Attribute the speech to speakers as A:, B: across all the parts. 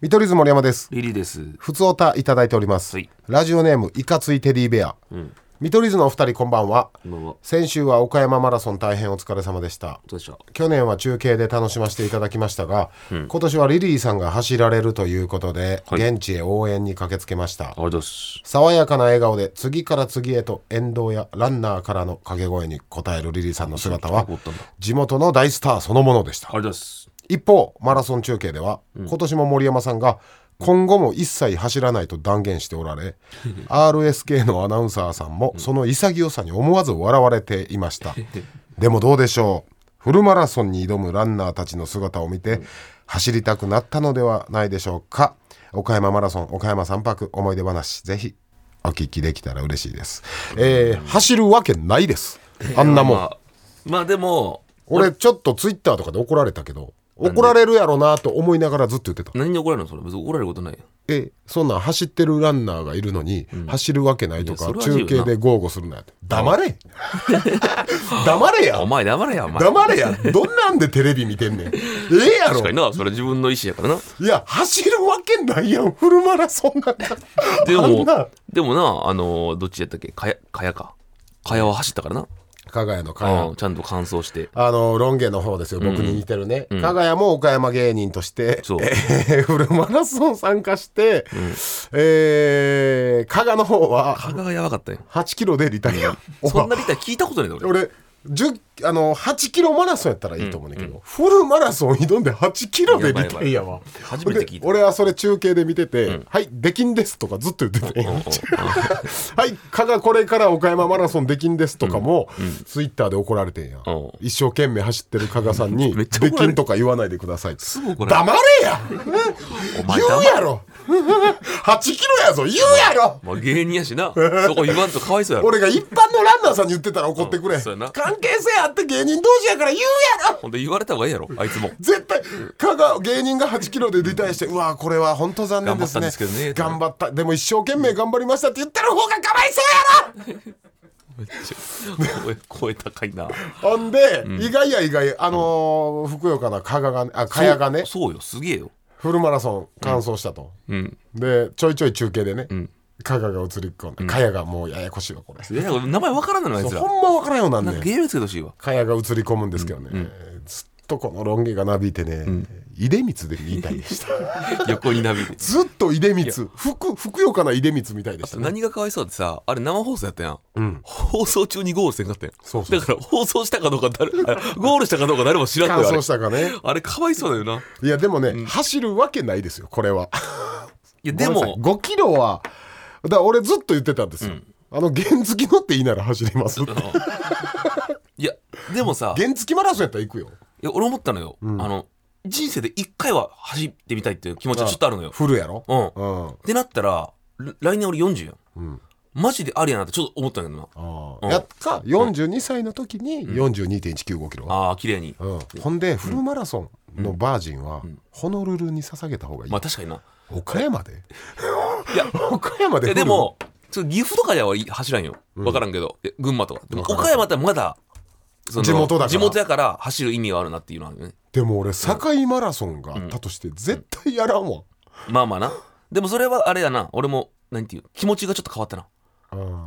A: 見取り図森山です
B: リリーです。
A: ふつおたいただいております、
B: はい
A: ラジオネームいかついテディベア、見取り図のお二人こんばんは
B: 今はど
A: 先週は岡山マラソン大変お疲れ様でした
B: うでしょ
A: 去年は中継で楽しませていただきましたが、今年はリリーさんが走られるということで、
B: はい
A: 現地へ応援に駆けつけました
B: う。ありがとうございます。
A: 爽やかな笑顔で次から次へと沿道やランナーからの掛け声に応えるリリーさんの姿は
B: そうだったんだ
A: 地元の大スターそのものでした
B: ありがとうございます。
A: 一方マラソン中継では、今年も森山さんが今後も一切走らないと断言しておられ RSK のアナウンサーさんもその潔さに思わず笑われていましたでもどうでしょうフルマラソンに挑むランナーたちの姿を見て走りたくなったのではないでしょうか岡山マラソン岡山三泊思い出話ぜひお聞きできたら嬉しいです、えー走るわけないですあんなもん
B: まあ、まあでも、
A: 俺ちょっとツイッターとかで怒られたけど怒られるやろなと思いながらずっと言ってた
B: 何に怒られるのそれ。別に怒られることないよ。
A: えそんなん走ってるランナーがいるのに、走るわけないと
B: い
A: か
B: やそれは自由
A: 中
B: な
A: 継で豪語するなや黙 れ黙れや
B: お前黙れや、お前。
A: 黙れやどんなんでテレビ見てんねんええやろ
B: 確かにな、それ自分の意思やからな。
A: いや走るわけないやんフルマラソンなんだ
B: で
A: あんな
B: も、でもな、あのー、どっちやったっけかや、かやか。かやは走ったからな。
A: 加賀屋の加賀
B: うん、ちゃんと完走して。
A: あのロン毛の方ですよ僕に似てるね、加賀谷も岡山芸人として、
B: そう
A: えーフルマラソン参加して、えー加賀の方は
B: 加賀がやばかったよ。
A: 8キロでリタイア、
B: そんなリター聞いたことないの俺。
A: 俺10あの8キロマラソンやったらいいと思うねんだけど、フルマラソン挑んで8キロでリタイアは
B: 初めて聞い
A: で
B: た。
A: 俺はそれ中継で見てて「はいできんです」とかずっと言ってて「
B: うんう
A: は
B: ん
A: い加賀これから岡山マラソンできんです」とかも、ツイッターで怒られてんや、
B: うん
A: 一生懸命走ってる加賀さんに「
B: めっちゃ怒ら
A: で
B: れ
A: き
B: る
A: ん」とか言わないでくださいって
B: すぐ怒られ
A: 黙れや
B: る。お前
A: 言
B: 黙
A: う
B: れ。
A: やろ 8キロやぞ言うやろ
B: まあ芸人やしな。そこ言わんとかわいそう やろ。
A: 俺が一般のランナーさんに言ってたら怒ってくれ、
B: うんそうやな
A: 関係性あって芸人同士やから言うやろ
B: ほんで言われた方がいいやろ、あい つも。
A: 絶対香川芸人が8キロでリタイアして、うわこれは本当残念ですね
B: 頑張ったんですけどね
A: 頑張ったでも一生懸命頑張りましたって言ってる方がかわいそうや
B: めっちゃ声声高いな。
A: ろほんで、意外や意外あのーふくよかな加賀がねあ加谷がね
B: そうそうよ、すげえよ。
A: フルマラソン完走したと、
B: うん。
A: でちょいちょい中継でね、加賀が映り込んで加谷がもうややこしいわこれ
B: いや、名前わからんのよ、あいつら。
A: ほんまわからんようなん
B: な
A: ね
B: ん
A: ん
B: か芸名つけてほしい わ。
A: 蚊帳が映り込むんですけどね、ずっとこのロン毛がなびいてね、出光で言いたいでした
B: 横にナビで。
A: ずっと出光ふくふくよかな出光みたいでしたね
B: 何がかわいそうってさ、あれ生放送やったやん。放送中にゴールせんかったやん。
A: そうそう
B: だから放送したかどうか誰、あゴールしたかどうか誰も知らん
A: 乾
B: のよ。あれ
A: 燥したかね
B: あれかわいそうだよな。
A: いやでもね、走るわけないですよこれはい
B: や、で
A: ごめんな
B: も
A: さい、5キロはだから俺ずっと言ってたんですよ、あの原付き乗っていいなら走りますって
B: いや、でもさ、い
A: 原付きマラソンやったら行くよ
B: や俺思ったのよ。あの、人生で一回は走ってみたいっていう気持ちはちょっとあるのよ。
A: フルやろ
B: うん。
A: うん、あ
B: ってなったら、ら来年俺40やん。マジでありやなってちょっと思ったんやけどな。
A: あ
B: うん
A: やっか42歳の時に42.195キロ、
B: ああ、綺麗に。
A: うん、ほんでフルマラソンのバージンはホノルルに捧げた方がいい、
B: まあ確かにな。
A: 岡山で
B: い や、
A: 岡山で
B: い
A: フル
B: やでも、ちょっと岐阜とかでは走らんよ。わからんけど、いや群馬とか。でも岡山ってまだ、その
A: 地元だから
B: 地元やから走る意味はあるなっていうのはあるよね。
A: でも俺堺マラソンがあったとして絶対やらんわ、
B: まあまあな。でもそれはあれやな、俺も、なんていう、気持ちがちょっと変わった
A: う
B: な。
A: ん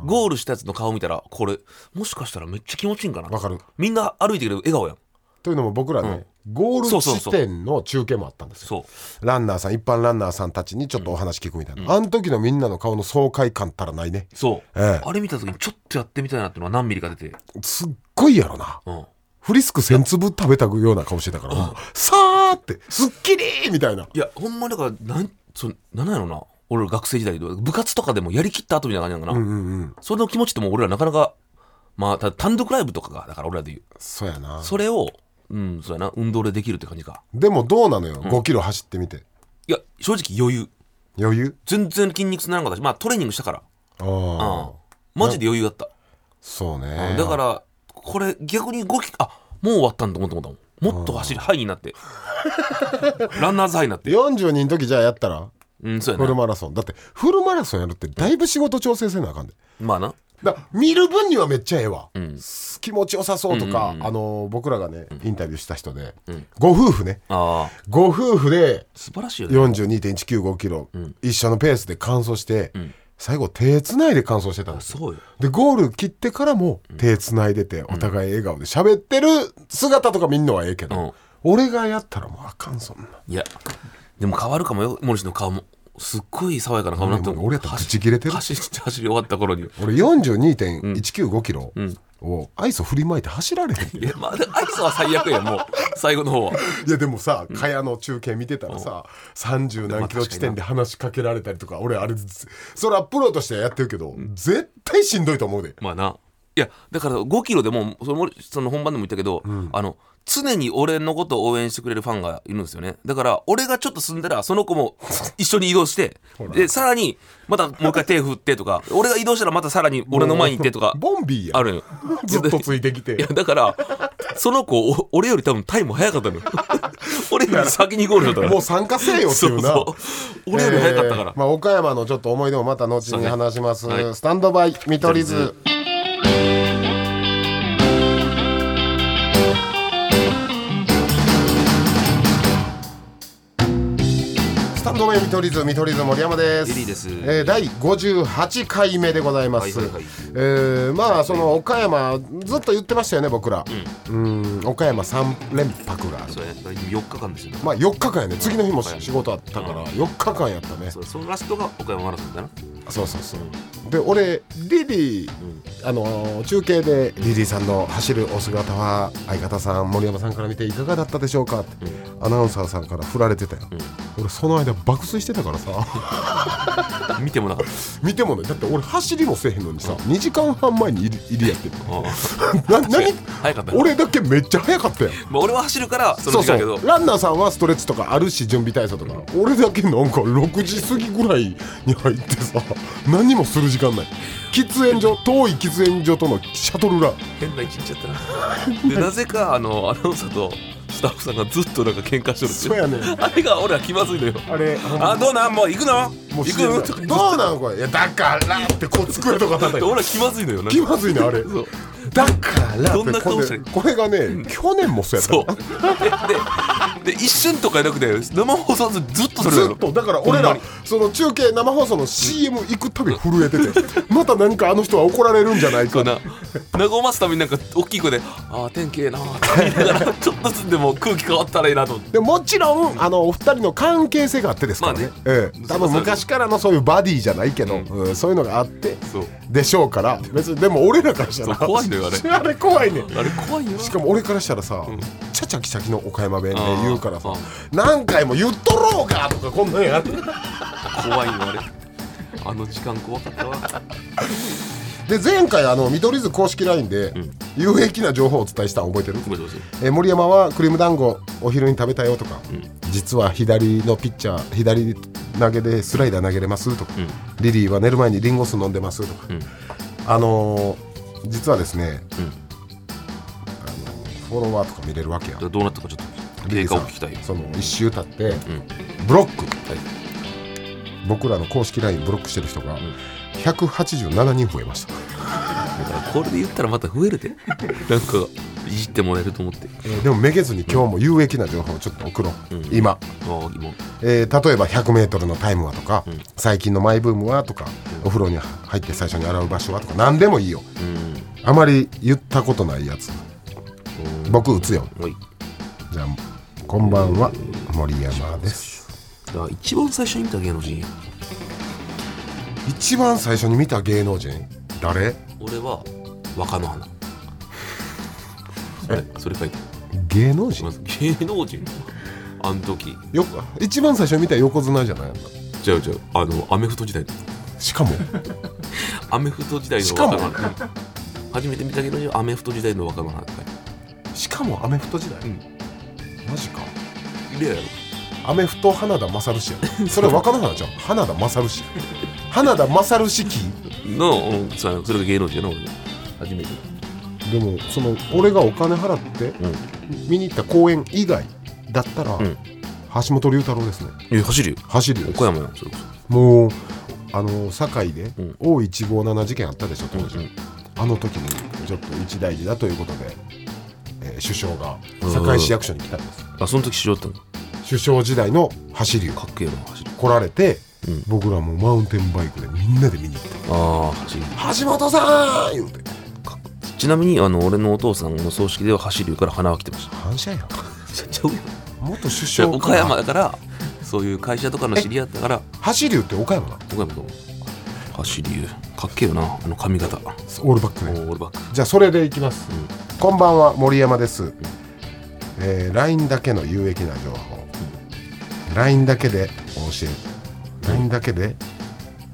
B: ゴールしたやつの顔見たら、これ、もしかしたらめっちゃ気持ちいいんかな。
A: わかる
B: みんな歩いてくれる笑顔やん。
A: というのも僕らね、ゴール
B: そうそうそ
A: 地
B: う
A: 点の中継もあったんですよ
B: そう。
A: ランナーさん一般ランナーさんたちにちょっとお話聞くみたいな、あの時のみんなの顔の爽快感たらないね
B: そう。
A: ええ
B: あれ見た時にちょっとやってみたいなっていうのは何ミリか出て。
A: すっごいやろな
B: うん。
A: フリスク1000粒食べたような顔してたから、ほんまさーってすっきりーみたいない
B: や、ほんまだから、なん、そなんやろな。俺学生時代で部活とかでもやりきった後みたいな感じなのかな。
A: うんうん
B: それの気持ちってもう俺らなかなか、まあ、た単独ライブとかが、だから俺らで言う。
A: そうやな
B: それを、うん、そうやな、運動でできるって感じか。
A: でもどうなのよ、5キロ走ってみて
B: いや、正直余裕。
A: 余裕
B: 全然筋肉痛にならなかったし、まあトレーニングしたから。
A: ああ
B: うん。マジで余裕だった。
A: そう
B: う
A: ね
B: んだから、これ逆に動き、あ、もう終わったんだと思って思ったもん。もっと走り、ハイになって。 ランナーズハイになって。
A: 42の時じゃあやったら
B: うん、そう
A: フ
B: や
A: ル
B: な。
A: マラソンだってフルマラソンやるってだいぶ仕事調整せなあかんで、
B: まあな。
A: だ見る分にはめっちゃええわ、
B: ん
A: 気持ちよさそうとか、
B: うんうんうん
A: あの僕らがねインタビューした人で、
B: ん
A: ご夫婦ね
B: ああ
A: ご夫婦で
B: 素晴らしいよね
A: 42.195キロ、一緒のペースで完走して、
B: ん
A: 最後手つないで完走してたんですよ
B: そうよ
A: でゴール切ってからも手つないでてお互い笑顔で喋ってる姿とか見んのはええけど、
B: うん
A: 俺がやったらもうあかんそんない
B: やでも変わるかもよ森氏の顔もすっごい爽やかな顔になって
A: 俺やったら口切れてる
B: 走走り走り終わった頃に
A: 俺42.195キロ
B: ん
A: をアイスを振りまいて走られへん
B: いやまあでもアイスは最悪やんもう最後の方はい
A: やでもさ蚊帳の中継見てたらさ30何キロ地点で話しかけられたりとか俺あれそれはプロとしてはやってるけど絶対しんどいと思うで
B: まあないやだから5キロでもその森その本番でも言ったけど、あの常に俺のことを応援してくれるファンがいるんですよねだから俺がちょっと進んだらその子も一緒に移動してでさらにまたもう一回手振ってとか俺が移動したらまたさらに俺の前に行ってとか
A: ボンビーや
B: あ
A: ん
B: るのよ
A: ずっとついてき
B: いや
A: て
B: だからその子お俺より多分タイム早かった のよ俺より先にゴールだったから
A: もう参加せえよってい
B: そうう
A: な
B: そう俺より早かったから、
A: えーまあ、岡山のちょっと思い出もまた後に話します、
B: そうねはい
A: スタンドバイ見取り図スタンドバイ見取り図見取り図森山です
B: リリーです
A: えー第58回目でございます、
B: はいはいはい
A: えーまあその岡山ずっと言ってましたよね僕らうん岡山3連泊がある
B: それ4日間ですよね
A: まあ4日間やね次の日も仕事あったから4日間やったね
B: そそのラストが岡山マラソンだな
A: そうそうそうで俺リリー、あのー中継でリリーさんの走るお姿は相方さん森山さんから見ていかがだったでしょうかって、アナウンサーさんから振られてたよ、俺その間爆睡してたからさ
B: 見てもなかっ た
A: 見てもねだって俺走りもせえへんのにさ、2時間半前に入り入りや ってる
B: ああ
A: な何
B: 早かったな
A: 俺だけめっちゃ早かったよ
B: まあ、俺は走るから
A: そ
B: その
A: う
B: 時間
A: そ
B: やけ
A: う
B: ど
A: ランナーさんはストレッチとかあるし準備体操とか、俺だけなんか6時過ぎぐらいに入ってさ何もする時間ない喫煙所遠い喫煙所とのシャトルラン
B: 変な位置行っちゃった なでなぜかあのアナウンサーとスタッフさんがずっとなんか喧嘩しとるって
A: そうやねん
B: あれが俺は気まずいのよ
A: あれ
B: あどうなんもう行くの
A: もう
B: 行
A: 知らん
B: くの
A: どうなのこれいやだからってこう机とか叩い
B: で
A: て
B: 俺は気まずいのよなんか
A: 気まずいねあれ
B: そう
A: だから
B: どんな顔してる
A: これこれがね去年もそうやった
B: そうででで一瞬とかじゃなくて生放送ずずっとそれだ
A: ずっ
B: よ
A: とだから俺
B: ほんま
A: ら
B: に
A: その中継生放送の CM 行くたび震えててまた何かあの人は怒られるんじゃない
B: そ
A: か
B: うな和ますためになんか大きい声で「ああ天気ええな」って言いながらちょっとずつでも空気変わったらいいなと思って
A: でもちろんあのお二人の関係性があってですからね,、
B: まあね
A: ええ多分昔からのそういうバディじゃないけど、うんそういうのがあって
B: そう
A: でしょうから別にでも俺らからしたら
B: そう怖いのよあ れ
A: あれ怖いね
B: あれ怖いよな
A: しかも俺からしたらさ、ちゃちゃきちゃきの岡山弁で言うからさ
B: あーあ
A: 何回も言っとろうかとかこんなんやって
B: 怖いよあれあの時間怖かったわ
A: で前回あの見取り図公式 LINE で有益な情報をお伝えしたの覚えてる、
B: ごめんなさい
A: えー森山はクリーム団子お昼に食べたよとか、実は左のピッチャー左投げでスライダー投げれますとか、
B: ん
A: リリーは寝る前にリンゴ酢飲んでますとか、
B: ん
A: あのー実はですね、
B: ん
A: あのフォロワーとか見れるわけや
B: じゃあどうなったかちょっと経過を聞きたいよ
A: その一周経って、ブロック
B: はい
A: 僕らの公式 LINE ブロックしてる人が187人増えました
B: だからこれで言ったらまた増える でなんかいじってもらえると思って
A: えーでもめげずに今日も有益な情報をちょっと送ろう、
B: うん
A: 今、
B: ああ疑問
A: えー例えば 100m のタイムはとか、最近のマイブームはとか、お風呂に入って最初に洗う場所はとか何でもいいよ
B: うん
A: あまり言ったことないやつ僕打つよ
B: はい
A: じゃあこんばんは森山です
B: だから一番最初に見た芸能人
A: 一番最初に見た芸能人誰
B: 俺は若野花それそれかいて
A: 芸能
B: ま
A: 人
B: ず芸能人あの時
A: よ一番最初に見た横綱じゃない
B: 違う違うあのアメフト時代
A: しかも
B: アメフト時代の
A: しかも
B: 若野花うん初めて見た芸能人はアメフト時代の若野花
A: しかもアメフト時代、
B: うん
A: マジか
B: レアやろ
A: アメフト花田勝氏やそれ若野花ちゃん花田勝氏花田勝氏期
B: の、うん、そうそれが芸能人やな俺の初めて
A: でもその俺がお金払って
B: うん
A: 見に行った公演以外だったら、
B: ん
A: 橋本龍太郎ですね
B: いや走るよ
A: 走るよ
B: 岡山やんそれこそ
A: もうあの堺で O157 事件あったでしょ当時、あの時にちょっと一大事だということで、えー首相が堺市役所に来たんです、
B: あその時しようってか
A: 首相時代の走りを
B: っけえな走り
A: 来られて、
B: ん
A: 僕らもマウンテンバイクでみんなで見に行って
B: ああ走り
A: 「橋本さん!」言うて
B: かちなみにあの俺のお父さんの葬式では走りから花は来てまし
A: 反射やん
B: たちゃうよ
A: 元首
B: じゃあ
A: 相
B: 岡山だからそういう会社とかの知り合いだから
A: 走りゅうって岡山なの
B: 岡山と走り湯かっけえよなあの髪型オ
A: オールバックね
B: ールバック
A: じゃあそれでいきます、こんばんは森山です、えー LINE だけの有益な情報、LINE だけでお教え LINE だけで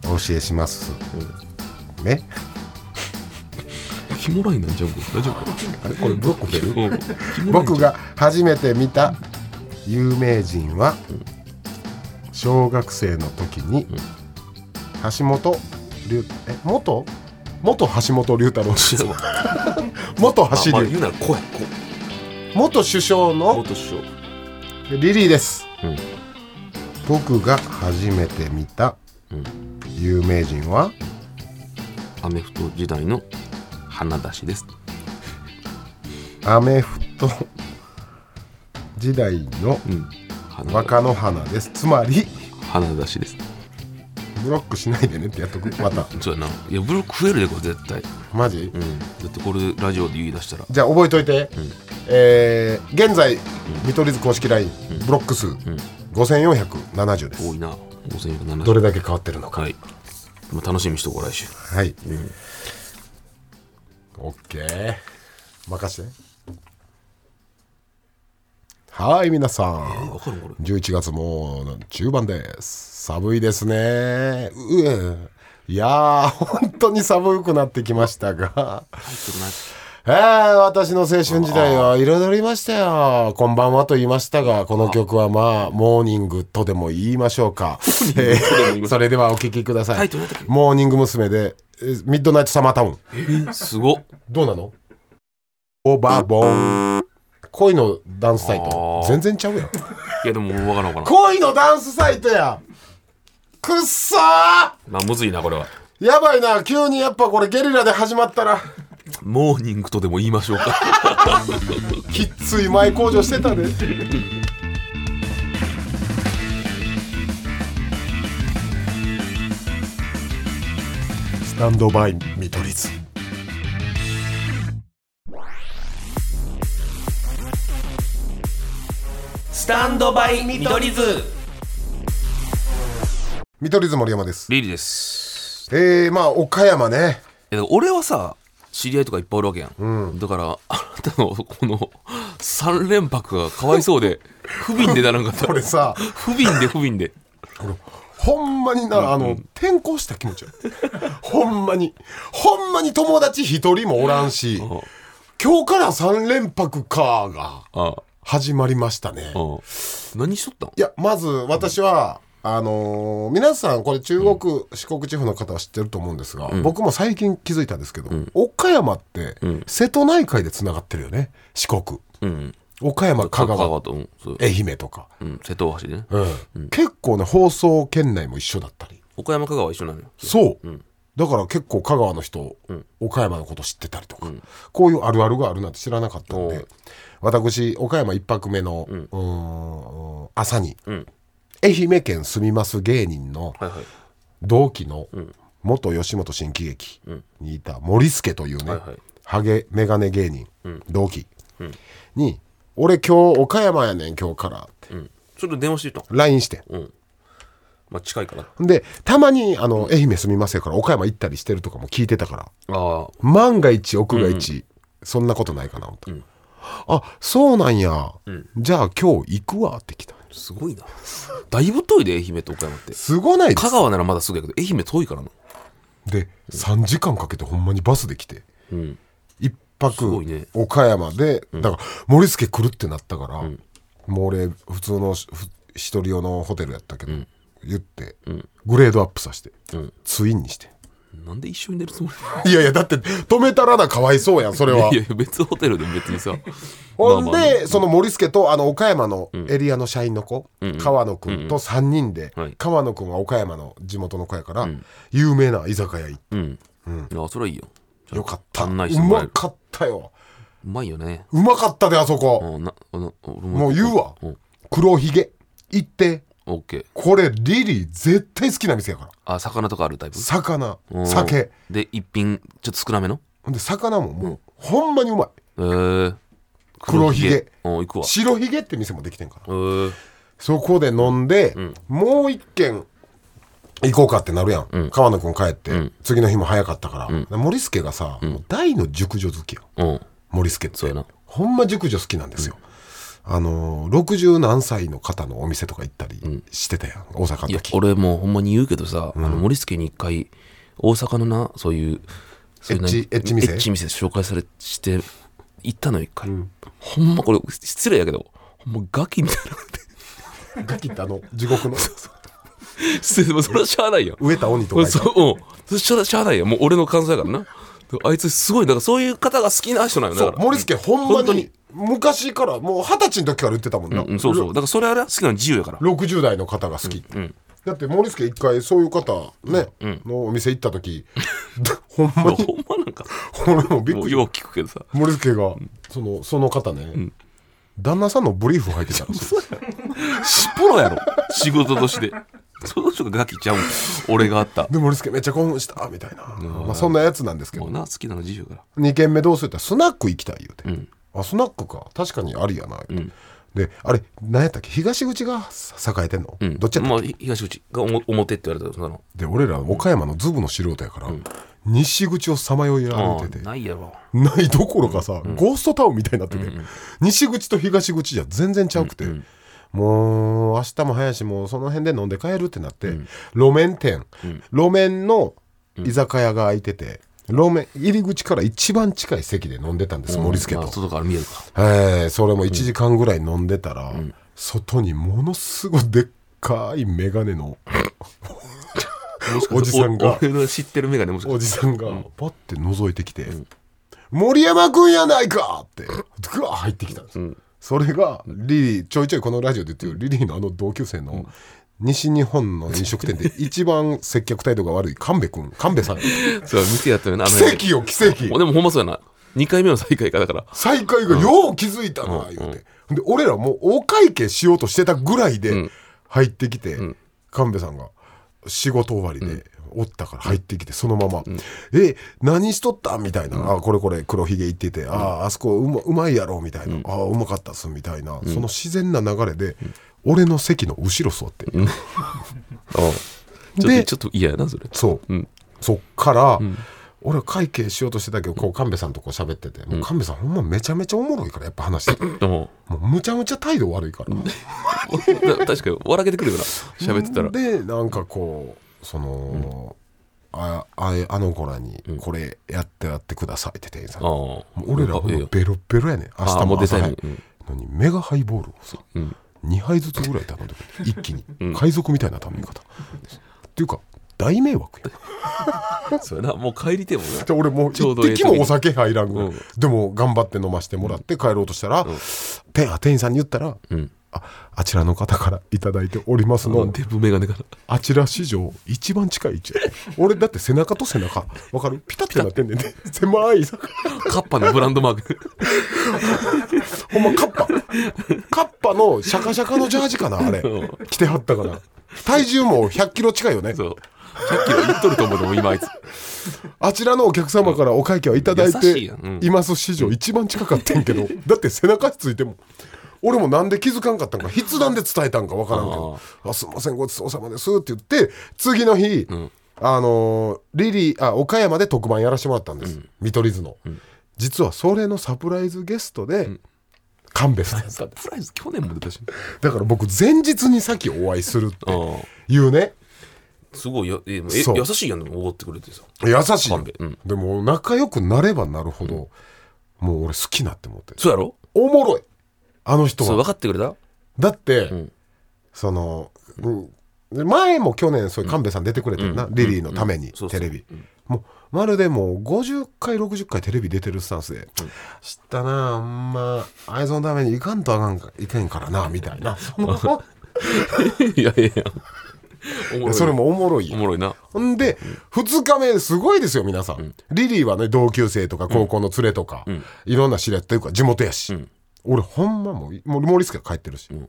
A: お教えします、ね
B: ヒモラインなんじゃん大丈 夫か
A: あれこれブロック増える
B: うん
A: 僕が初めて見た有名人は小学生の時に橋本龍え元元橋本龍太郎
B: 知らんわ
A: 元
B: あ
A: 橋
B: まあ
A: 龍
B: 言うなら怖いこ
A: 元首相
B: う
A: の
B: 元首相
A: リリーです、
B: うん
A: 僕が初めて見た
B: うん
A: 有名人は
B: アメフト時代の花出しです
A: アメフト時代の
B: うん花
A: 若野花ですつまり
B: 花出しです
A: ブロックしないでねってやっとくまた
B: そうやないやブロック増えるでこれ絶対
A: マジ
B: うんだってこれラジオで言い出したら
A: じゃあ覚えといて、えー現在、見取り図公式 LINE、ブロック数、5470です
B: 多いな5470
A: どれだけ変わってるのか
B: はいまあ楽しみにしとこう来週
A: はい、オッケー任してはい皆さん
B: わかるこれ
A: 11月も中盤です寒いですねうえいやー本当に寒くなってきましたがえー、私の青春時代は彩りましたよ。こんばんはと言いましたが、この曲はまあ、モーニングとでも言いましょうか。えーそれではお聴きくださ
B: タ
A: い
B: イトルなんだっ。け
A: モーニング娘。で、えーミッドナイトサマータウン。
B: すごっ
A: どうなのオーバーボーン。恋のダンスサイト
B: あ。ー
A: 全然ちゃうやん。
B: いやでも分からん分か
A: 恋のダンスサイトやくっそー
B: らんなむずいなこれは
A: やばいな、急にやっぱこれゲリラで始まったら、
B: モーニングとでも言いましょうか
A: きっつい前工場してたで。スタンドバイ見取り図
B: スタンドバイ見取り図
A: 見取り図森山です
B: リリーです
A: えー、まあ岡山ね
B: えだから俺はさ知り合いとかいっぱいおるわけやん、だからあなたのこの3連泊がかわいそうで不憫でならんかった
A: これさ
B: 不憫で不憫で
A: ほんまになあの、転校した気持ちやほんまにほんまに友達一人もおらんし今日から3連泊かが
B: ああ
A: 始まりましたね
B: ああ何しとったん
A: いやまず私は、あのー皆さんこれ中国、四国地方の方は知ってると思うんですが、僕も最近気づいたんですけど、岡山って、瀬戸内海でつながってるよね四国
B: うん
A: 岡山香
B: 香
A: 川
B: 川とうんそう
A: 愛媛とか、
B: うん瀬戸大橋でね
A: うん結構ね放送圏内も一緒だったり
B: 岡山香川は一緒なのよ
A: そう、だから結構香川の人、岡山のこと知ってたりとか、こういうあるあるがあるなんて知らなかったん
B: お
A: で
B: う
A: 私岡山一泊目の、うーん朝に、愛媛県住みます芸人の
B: はいはい
A: 同期の元吉本新喜劇にいた森助というね、
B: はいはい
A: ハゲメガネ芸人、同期に「俺今日岡山やねん今日から」って
B: うんちょっと電話していたん
A: LINE して。
B: うんまあ近いから
A: でたまにあの愛媛住みますやから岡山行ったりしてるとかも聞いてたから
B: ああ
A: 万が一奥が一、そんなことないかな思った、あそうなんや、じゃあ今日行くわって来た
B: すごいな だいぶ遠いで愛媛と岡山って
A: すごないです
B: 香川ならまだすぐやけど愛媛遠いからな
A: で3時間かけてほんまにバスで来て
B: うん
A: 一
B: す
A: 泊
B: ごいね
A: 岡山で、だから森助来るってなったから、もう俺普通のふ一人用のホテルやったけど、言って、グレードアップさせて、ツインにして
B: なんで一緒に寝るつもり
A: いやいやだって止めたらなかわいそうやんそれ
B: いや
A: はい
B: や別ホテルでも別にさ
A: ほん
B: ま
A: で、
B: あまあ
A: その森助とあの岡山のエリアの社員の子、
B: うん
A: 川野君と3人で、
B: はい
A: 川野君は岡山の地元の子やから、
B: ん
A: 有名な居酒屋行っ
B: うん、うん、あそれはいいよ
A: てよかったう
B: 案内してもら
A: ま
B: える
A: かったよ
B: うまいよね
A: うまかったであそこ、
B: うんなあの俺
A: もう言うわ
B: うん
A: 黒ひげ行って
B: オッケー
A: これリリー絶対好きな店やから
B: あ魚とかあるタイプ
A: 魚
B: うん
A: 酒
B: で一品ちょっと少なめの
A: ほんで魚ももう、ほんまにうまい
B: えー、
A: 黒ひげ
B: うん行くわ
A: 白ひげって店もできてんから
B: えー、
A: そこで飲んで、もう一軒行こうかってなるやん、川野くん帰って、次の日も早かったから、森助がさ、もう大の熟女好きよ
B: うん
A: 森助って
B: そうやな
A: ほんま熟女好きなんですよ、あのー、60何歳の方のお店とか行ったりしてたやん、大阪
B: い
A: の
B: や
A: 時
B: 俺もうほんまに言うけどさ、あの森助に一回大阪のなそういうそういう
A: エッチ
B: 何
A: エッチ店
B: エッチ店紹介されして行ったのよ一回、ほんまこれ失礼やけどほんまガキみたいな
A: ガキってあの地獄 の
B: 失礼でも それはしゃあないよ
A: 植えた鬼とかいた
B: そううんそれしゃあしゃあないよもう俺の感想やからなあいつすごいだからそういう方が好きな人なんよだ
A: そ
B: か
A: う
B: ら
A: 森助ほんま
B: 本当
A: に
B: に
A: 昔からもう二十歳の時から言ってたもんな、
B: うん、そうそうだからそれはな好きなの自由やから
A: 60代の方が好きって、だって森助一回そういう方ね、のお店行った時ほんまに
B: ほんまなんか
A: 俺もびっ
B: も
A: く
B: う
A: り
B: よう聞くけどさ
A: 森助がそのその方ね、旦那さんのブリーフ履いてたんですよ
B: しプロやろ仕事としてその人がガキちゃうん俺があった
A: で森助めっちゃ興奮したみたいな、まあ、そんなやつなんですけ
B: も
A: ど
B: うな好きなの自由やから
A: 2軒目どうするって言ったらスナック行きたい言うて、あスナックか確かにありやな、言うてであれ何やったっけ東口が栄えてんの、
B: うん
A: どっちやったっけ
B: まあ、ひ東口がおも表って言われたらそんなの
A: で俺ら岡山のズブの素人やから、西口をさまよい歩いてて
B: ああないやろ
A: ないどころかさ、ゴーストタウンみたいになってて、西口と東口じゃ全然ちゃうくて、もう明日も早いしもうその辺で飲んで帰るってなって、路面店、路面の居酒屋が開いてて路面入り口から一番近い席で飲んでたんです、森助
B: ま
A: と
B: あ、。外から見えるか
A: えーそれも1時間ぐらい飲んでたら、外にものすごいでっかい眼鏡の
B: もしかし て
A: おじさんが
B: お俺の知ってる眼鏡もしか
A: お
B: し
A: じさんがパッて覗いてきて「森山くんやないか!」ってグワー入ってきたんですよ、それがリリーちょいちょいこのラジオで言ってるリリーのあの同級生の西日本の飲食店で一番接客態度が悪い神戸くん神 戸さん奇
B: てそう店やったよなあの
A: 跡よ奇跡
B: でもほんまそうやな2回目の再会かだから
A: 再会がよう気づいたな言うて、で俺らもうお会計しようとしてたぐらいで入ってきて、神戸さんが仕事終わりでおったから入ってきてそのまま「え何しとった?」みたいな「あこれこれ黒ひげ行ってて、あああそこうまうまいやろ」みたいな「ああうまかったっす」みたいな、その自然な流れで、俺の席の後ろ座って、
B: ちょっ
A: で
B: とちょっと嫌やなそれ
A: そう、そっから、俺は会計しようとしてたけどこう神戸さんとこう喋ってて、もう神戸さんほんまめちゃめちゃおもろいからやっぱ話してて。
B: でも
A: もうむちゃむちゃ態度悪いから
B: 確かに笑けてくるよな喋ってたら
A: でなんかこうその、あああの子らに「これやってやってください」って店員さん、
B: ああ
A: もう俺ら
B: あ
A: ほ
B: ええ
A: んま
B: よ
A: ベロッベロやねん明
B: あ
A: 日
B: ーも
A: も
B: う出
A: 朝
B: た
A: 早
B: い
A: い
B: のに
A: のにメガハイボールをさ、2杯ずつぐらい頼んでくれて一気に、海賊みたいな頼み方っていうか大迷惑や
B: そうやなもう帰りてえもんな
A: で俺もう
B: ちょ
A: 一
B: うどええ
A: 滴もお酒入らんぐらい
B: うん
A: でも頑張って飲ましてもらって帰ろうとしたら、店あ店員さんに言ったら、ああちらの方から頂いただいておりますの
B: デブ眼鏡から
A: あちら史上一番近い位置俺だって背中と背中わかるピタってなってんねんね狭い
B: カッパのブランドマーク
A: ほんまカッパカッパのシャカシャカのジャージかなあれ
B: うん
A: 着てはったから体重も100キロ近いよね
B: そう100キロいっとると思うでも今あいつ
A: あちらのお客様からお会計はいただい
B: 優しい
A: て
B: やんうん
A: います史上一番近かったんやけ どだって背中ついても俺もなんで気づかんかったんか筆談で伝えたんかわからんけ ど「あすいませんごちそうさまです」って言って次の日、あのーリリーあ岡山で特番やらせてもらったんです、見取り図の、実はそれのサプライズゲストで、神戸さん
B: サプライズ去年も出たし
A: だから僕前日にさっきお会いするっていうね
B: すごいよええ
A: そう
B: 優しいやんでもおごってくれてさ
A: 優しいよ、
B: 神戸うん
A: でも仲良くなればなるほど、もう俺好きなって思って
B: そうやろ
A: おもろいあの人
B: そう分
A: は
B: かってくれた
A: だって、
B: ん
A: その、うん前も去年そういう神戸さん出てくれてるな、リリーのために、
B: そう
A: テ
B: そう
A: レビ、もうまるでもう50回60回テレビ出てるスタンスで「知ったなあんまあいつのためにいかんとあかんかいけんからな」みたい な
B: いやいやいやおもろい
A: それもおもろい
B: おもろいな
A: ほんで、2日目、すごいですよ、皆さん。リリーはね、同級生とか、高校の連れとか、いろんな知り合いというか、地元やし。
B: ん
A: 俺、ほんまもう、もうモリスケが帰ってるし、
B: ん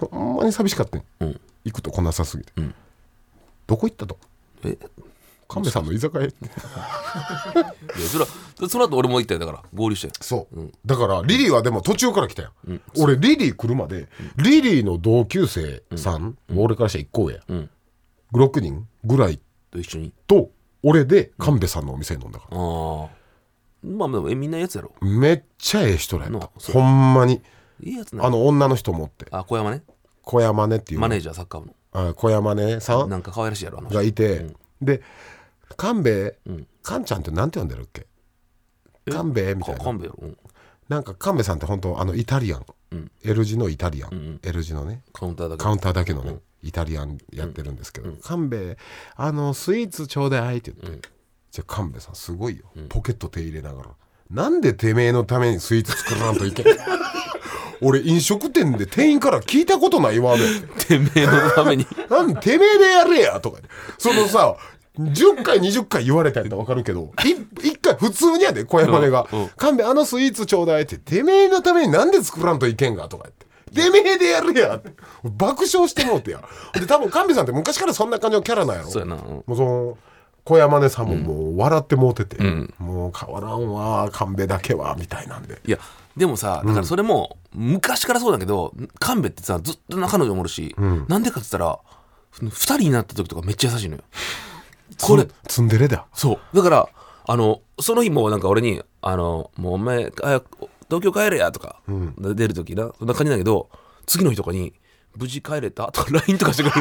A: ほんまに寂しかったん、
B: うん
A: 行くとこなさすぎて。
B: ん
A: どこ行ったと
B: えいや
A: 亀さんの居酒屋
B: それはその後俺も行ったよだから合流して
A: そう、だからリリーはでも途中から来たよ、俺リリー来るまで、リリーの同級生さん、もう俺からしたら1校や、
B: ん
A: 6人ぐらい
B: と一緒に
A: と俺で神戸さんのお店に飲んだから
B: ああまあでもえみんなええやつやろ
A: めっちゃええ人らやった
B: なあそ
A: ほ
B: う
A: んまに
B: いいやつな
A: あの女の人もおって
B: あ小山ね
A: 小山ねっていう
B: マネージャーサッカー部の
A: あ小山ねさん
B: なんか可愛らしいやろあの人
A: がいて、で「勘兵衛
B: ん
A: 勘ちゃんってなんて呼んでるっけ
B: え
A: 勘兵衛」みたい
B: か
A: な
B: 勘弁やろうん
A: なんか勘兵衛さんって本当あのイタリアン、
B: うん
A: L 字のイタリアン、
B: うんうん
A: L 字のね
B: カウンターだけ
A: カウンターだけのね、イタリアンやってるんですけど「勘兵衛あのスイーツちょうだい」って言って、じゃあ勘兵衛さんすごいよ、ポケット手入れながらなんでてめえのためにスイーツ作らんといけん 俺飲食店で店員から聞いたことないわね
B: てめえのために
A: なんてめえでやれやとかねそのさ10回20回言われたんやったら分かるけど1回普通にやで小山根が
B: うんうん
A: 「勘弁あのスイーツちょうだい」って「てめえのためになんで作らんといけんが」とか言って「てめえでやるや」って爆笑してもうてやで多分勘弁さんって昔からそんな感じのキャラなんやろ
B: そうやなうん
A: もうその小山根さんももう笑ってもうてて、
B: ん
A: もう変わらんわ勘弁だけはみたいなんで
B: いやでもさだからそれも昔からそうだけど勘弁ってさずっと仲の良いもおるしなんでかっつったらふ二人になった時とかめっちゃ優しいのよこれ
A: ツンデレだ
B: そうだからあのその日もなんか俺に「あのもうお前早く東京帰れや」とか、出る時なそんな感じだけど次の日とかに「無事帰れた?」とか LINE とかして くる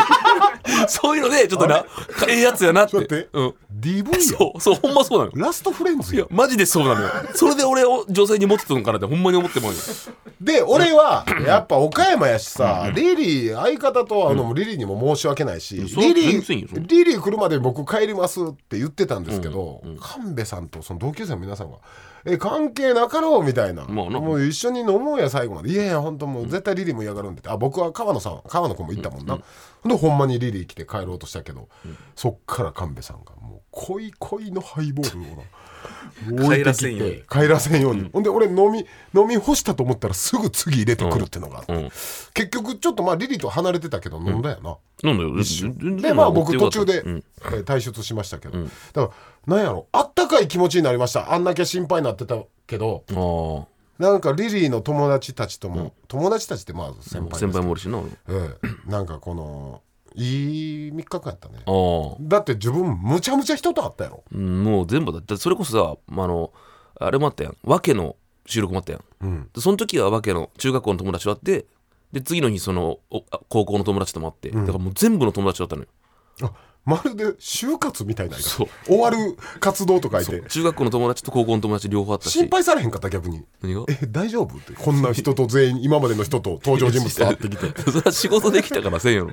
B: そういうのでちょっとなええやつやなって
A: ちょっと待って
B: うん、
A: DV よ
B: そうそうほんまそうなの
A: ラストフレンズ
B: いや
A: よ
B: マジでそうなのよそれで俺を女性に持ってたのかなってほんまに思ってもんよ
A: で俺はやっぱ岡山やしさリリー相方とあのリリーにも申し訳ないし
B: そう
A: リリ
B: 全然いいよそ
A: ーリリー来るまで僕帰りますって言ってたんですけど神戸さんとその同級生の皆さんが「え関係なかろう」みたいな「
B: まあな
A: もう一緒に飲もうや最後まで」「いやいや本当もう絶対リリーも嫌がるんで」あ僕は川野さん川野君も行ったもんなほんでほんまにリリー来て帰ろうとしたけどそっから神戸さんがもう恋恋のハイボールをな。置いてきて
B: 帰らせんように
A: 帰らせんように、ほんで俺飲み飲み干したと思ったらすぐ次入れてくるってのがあって、
B: うん
A: 結局ちょっとまあリリーと離れてたけど飲んだよな、
B: なんだよ
A: でまあ僕途中で、
B: うん
A: えー退出しましたけど、だからなんやろあったかい気持ちになりましたあんだけ心配になってたけど
B: あー
A: なんかリリーの友達たちとも、友達たちってまあ先輩です
B: 先輩もおるしな俺
A: ええなんかこのいい3日間やったね
B: ああ
A: だって自分むちゃむちゃ人と会ったやろ
B: うんもう全部だってそれこそさあのあれもあったやんわけの収録もあったやん
A: うん
B: でその時はわけの中学校の友達と会ってで次の日そのおあ高校の友達とも会って、だからもう全部の友達だったのよ
A: あまるで就活みたいな
B: そう
A: 終わる活動と書いて
B: 中学校の友達と高校の友達両方あったし
A: 心配されへんかった逆に
B: 何が
A: 「え大丈夫?」ってこんな人と全員 今までの人と登場人物と会ってきて
B: それは仕事できたからせんやろ、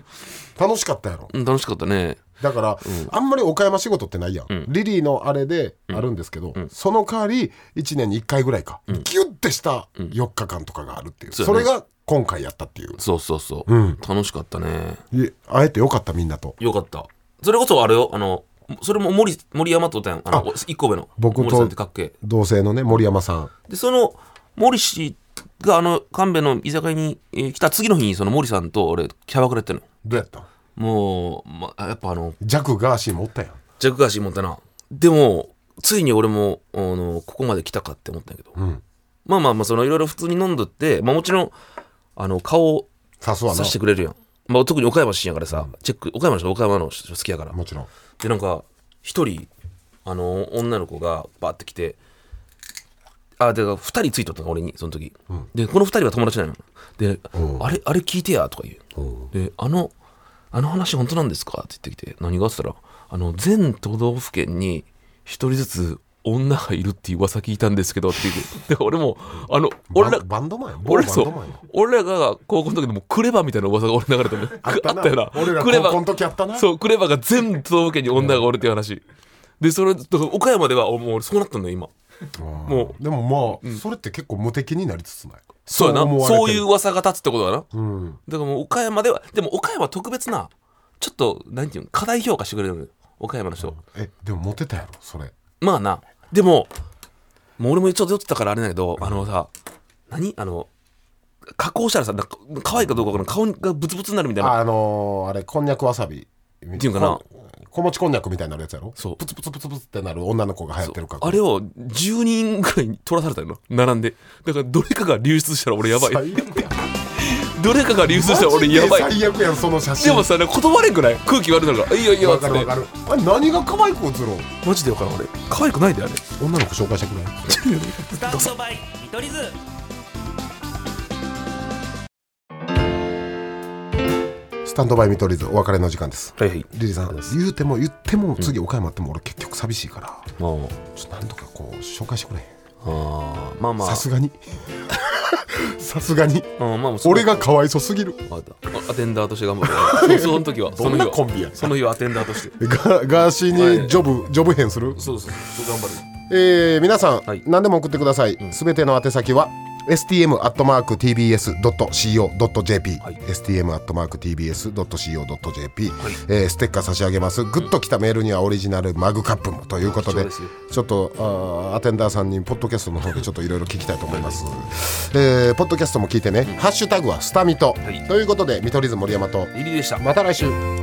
A: 楽しかったやろ
B: うん、楽しかったね
A: だから、あんまり岡山仕事ってないやん、リリーのあれであるんですけど、その代わり1年に1回ぐらいか、ギュッてした4日間とかがあるっていう、
B: そう
A: そ
B: や
A: れ
B: ね
A: が今回やったっていう
B: そうそうそう、
A: うん
B: 楽しかったね
A: いえ会えてよかったみんなと
B: よかったそれこそあれよあのそれも森森山とおったやんあの一個上の
A: 僕と
B: 森さんってかっけえ
A: 同性のね森山さん
B: でその森氏があの神戸の居酒屋に、えー来た次の日にその森さんと俺キャバクラ行ったの
A: どうやったん
B: もう、ま、やっぱあの
A: ジャクガーシーもおったやん
B: ジャックガーシーもったなでもついに俺もあのここまで来たかって思ったんやけど、
A: ん
B: まあまあまあそのいろいろ普通に飲んどって、まあ、もちろんあの顔を
A: さすわな
B: さしてくれるやん、まあ、特に岡山市やからさ、チェック岡山の人岡山の人好きやから
A: もちろん
B: でなんか一人あの女の子がバーって来てあで二人ついとったの俺にその時、でこの二人は友達なので、
A: うん
B: あれあれ聞いてや」とか言う、
A: うん
B: であのあの話本当なんですか?」って言ってきて何があったらあの全都道府県に一人ずつ女がいるっていう噂聞いたんですけどっていうで俺もあの俺ら
A: バンバンドマンや某
B: 俺
A: バン
B: らそ
A: ド
B: う
A: マンや
B: 俺らが高校の時でもクレバみたいな噂が俺流れても あ
A: あったな
B: ったよな
A: 俺ら
B: クレバ
A: 高校の時あったな
B: そうクレバが全部都道府県に女がおるっていう話でそれだから岡山ではおもう俺そうなったんだよ今
A: もうでもまあ、それって結構無敵になりつつない
B: そうやな
A: 思われてる
B: そういう噂が立つってことだなだか
A: うん
B: らもう岡山ではでも岡山は特別なちょっとなんていうの課題評価してくれるのよ岡山の人、
A: えでもモテたやろそれ
B: まあなでももう俺も一応酔ってたからあれだけどあのさ何あの加工したらさなんか可愛いかどうか分からん顔がブツブツになるみたいな
A: あのーあれこんにゃくわさび
B: ていうかな
A: こん子持ちこんにゃくみたいになるやつやろ
B: そう
A: プツプツプツプツってなる女の子が流行ってるから
B: あれを10人ぐらいに取らされたの並んでだからどれかが流出したら俺やばい
A: 最悪や
B: どれかが流出したら
A: マ
B: 俺
A: ジで
B: やばい
A: 最悪やんその写真
B: でもさなんか断れんくない空気悪くなるから「いいよいいよ」
A: わ
B: っつ
A: か
B: っ
A: るわ
B: て
A: かるあれ何が可愛く映ろう
B: マジで分からん俺可愛くないであれ
A: 女の子紹介してくれ
C: スタンドバイ見取り図
A: スタンドバイ見取り図お別れの時間です
B: はいはい
A: リリーさん言うても言っても次岡山あっても俺結局寂しいからちょっとなんとかこう紹介してくれ
B: あーまあまあ
A: さすがに さすがに
B: うんまあもう
A: 俺がかわいそすぎる
B: わかったあアテンダーとして頑 張るそその時はそ
A: ど
B: の
A: ん
B: 日
A: な
B: は
A: コンビや
B: その日はアテンダーとして
A: ガガーシーにジョブ、ジョブ編する
B: そうそうそう頑張る
A: えー皆さん、
B: はい
A: 何でも送ってくださいすべ、ての宛先は stm.tbs.co.jp、
B: はい
A: stm.tbs.co.jp、えーステッカー差し上げますグッときたメールにはオリジナルマグカップもということで,、
B: 貴重ですよ
A: ちょっとあーアテンダーさんにポッドキャストの方でちょっといろいろ聞きたいと思います、えーポッドキャストも聞いてね、ハッシュタグはスタミト、
B: い
A: ということで見取り図森山と
B: 入りでした
A: また来週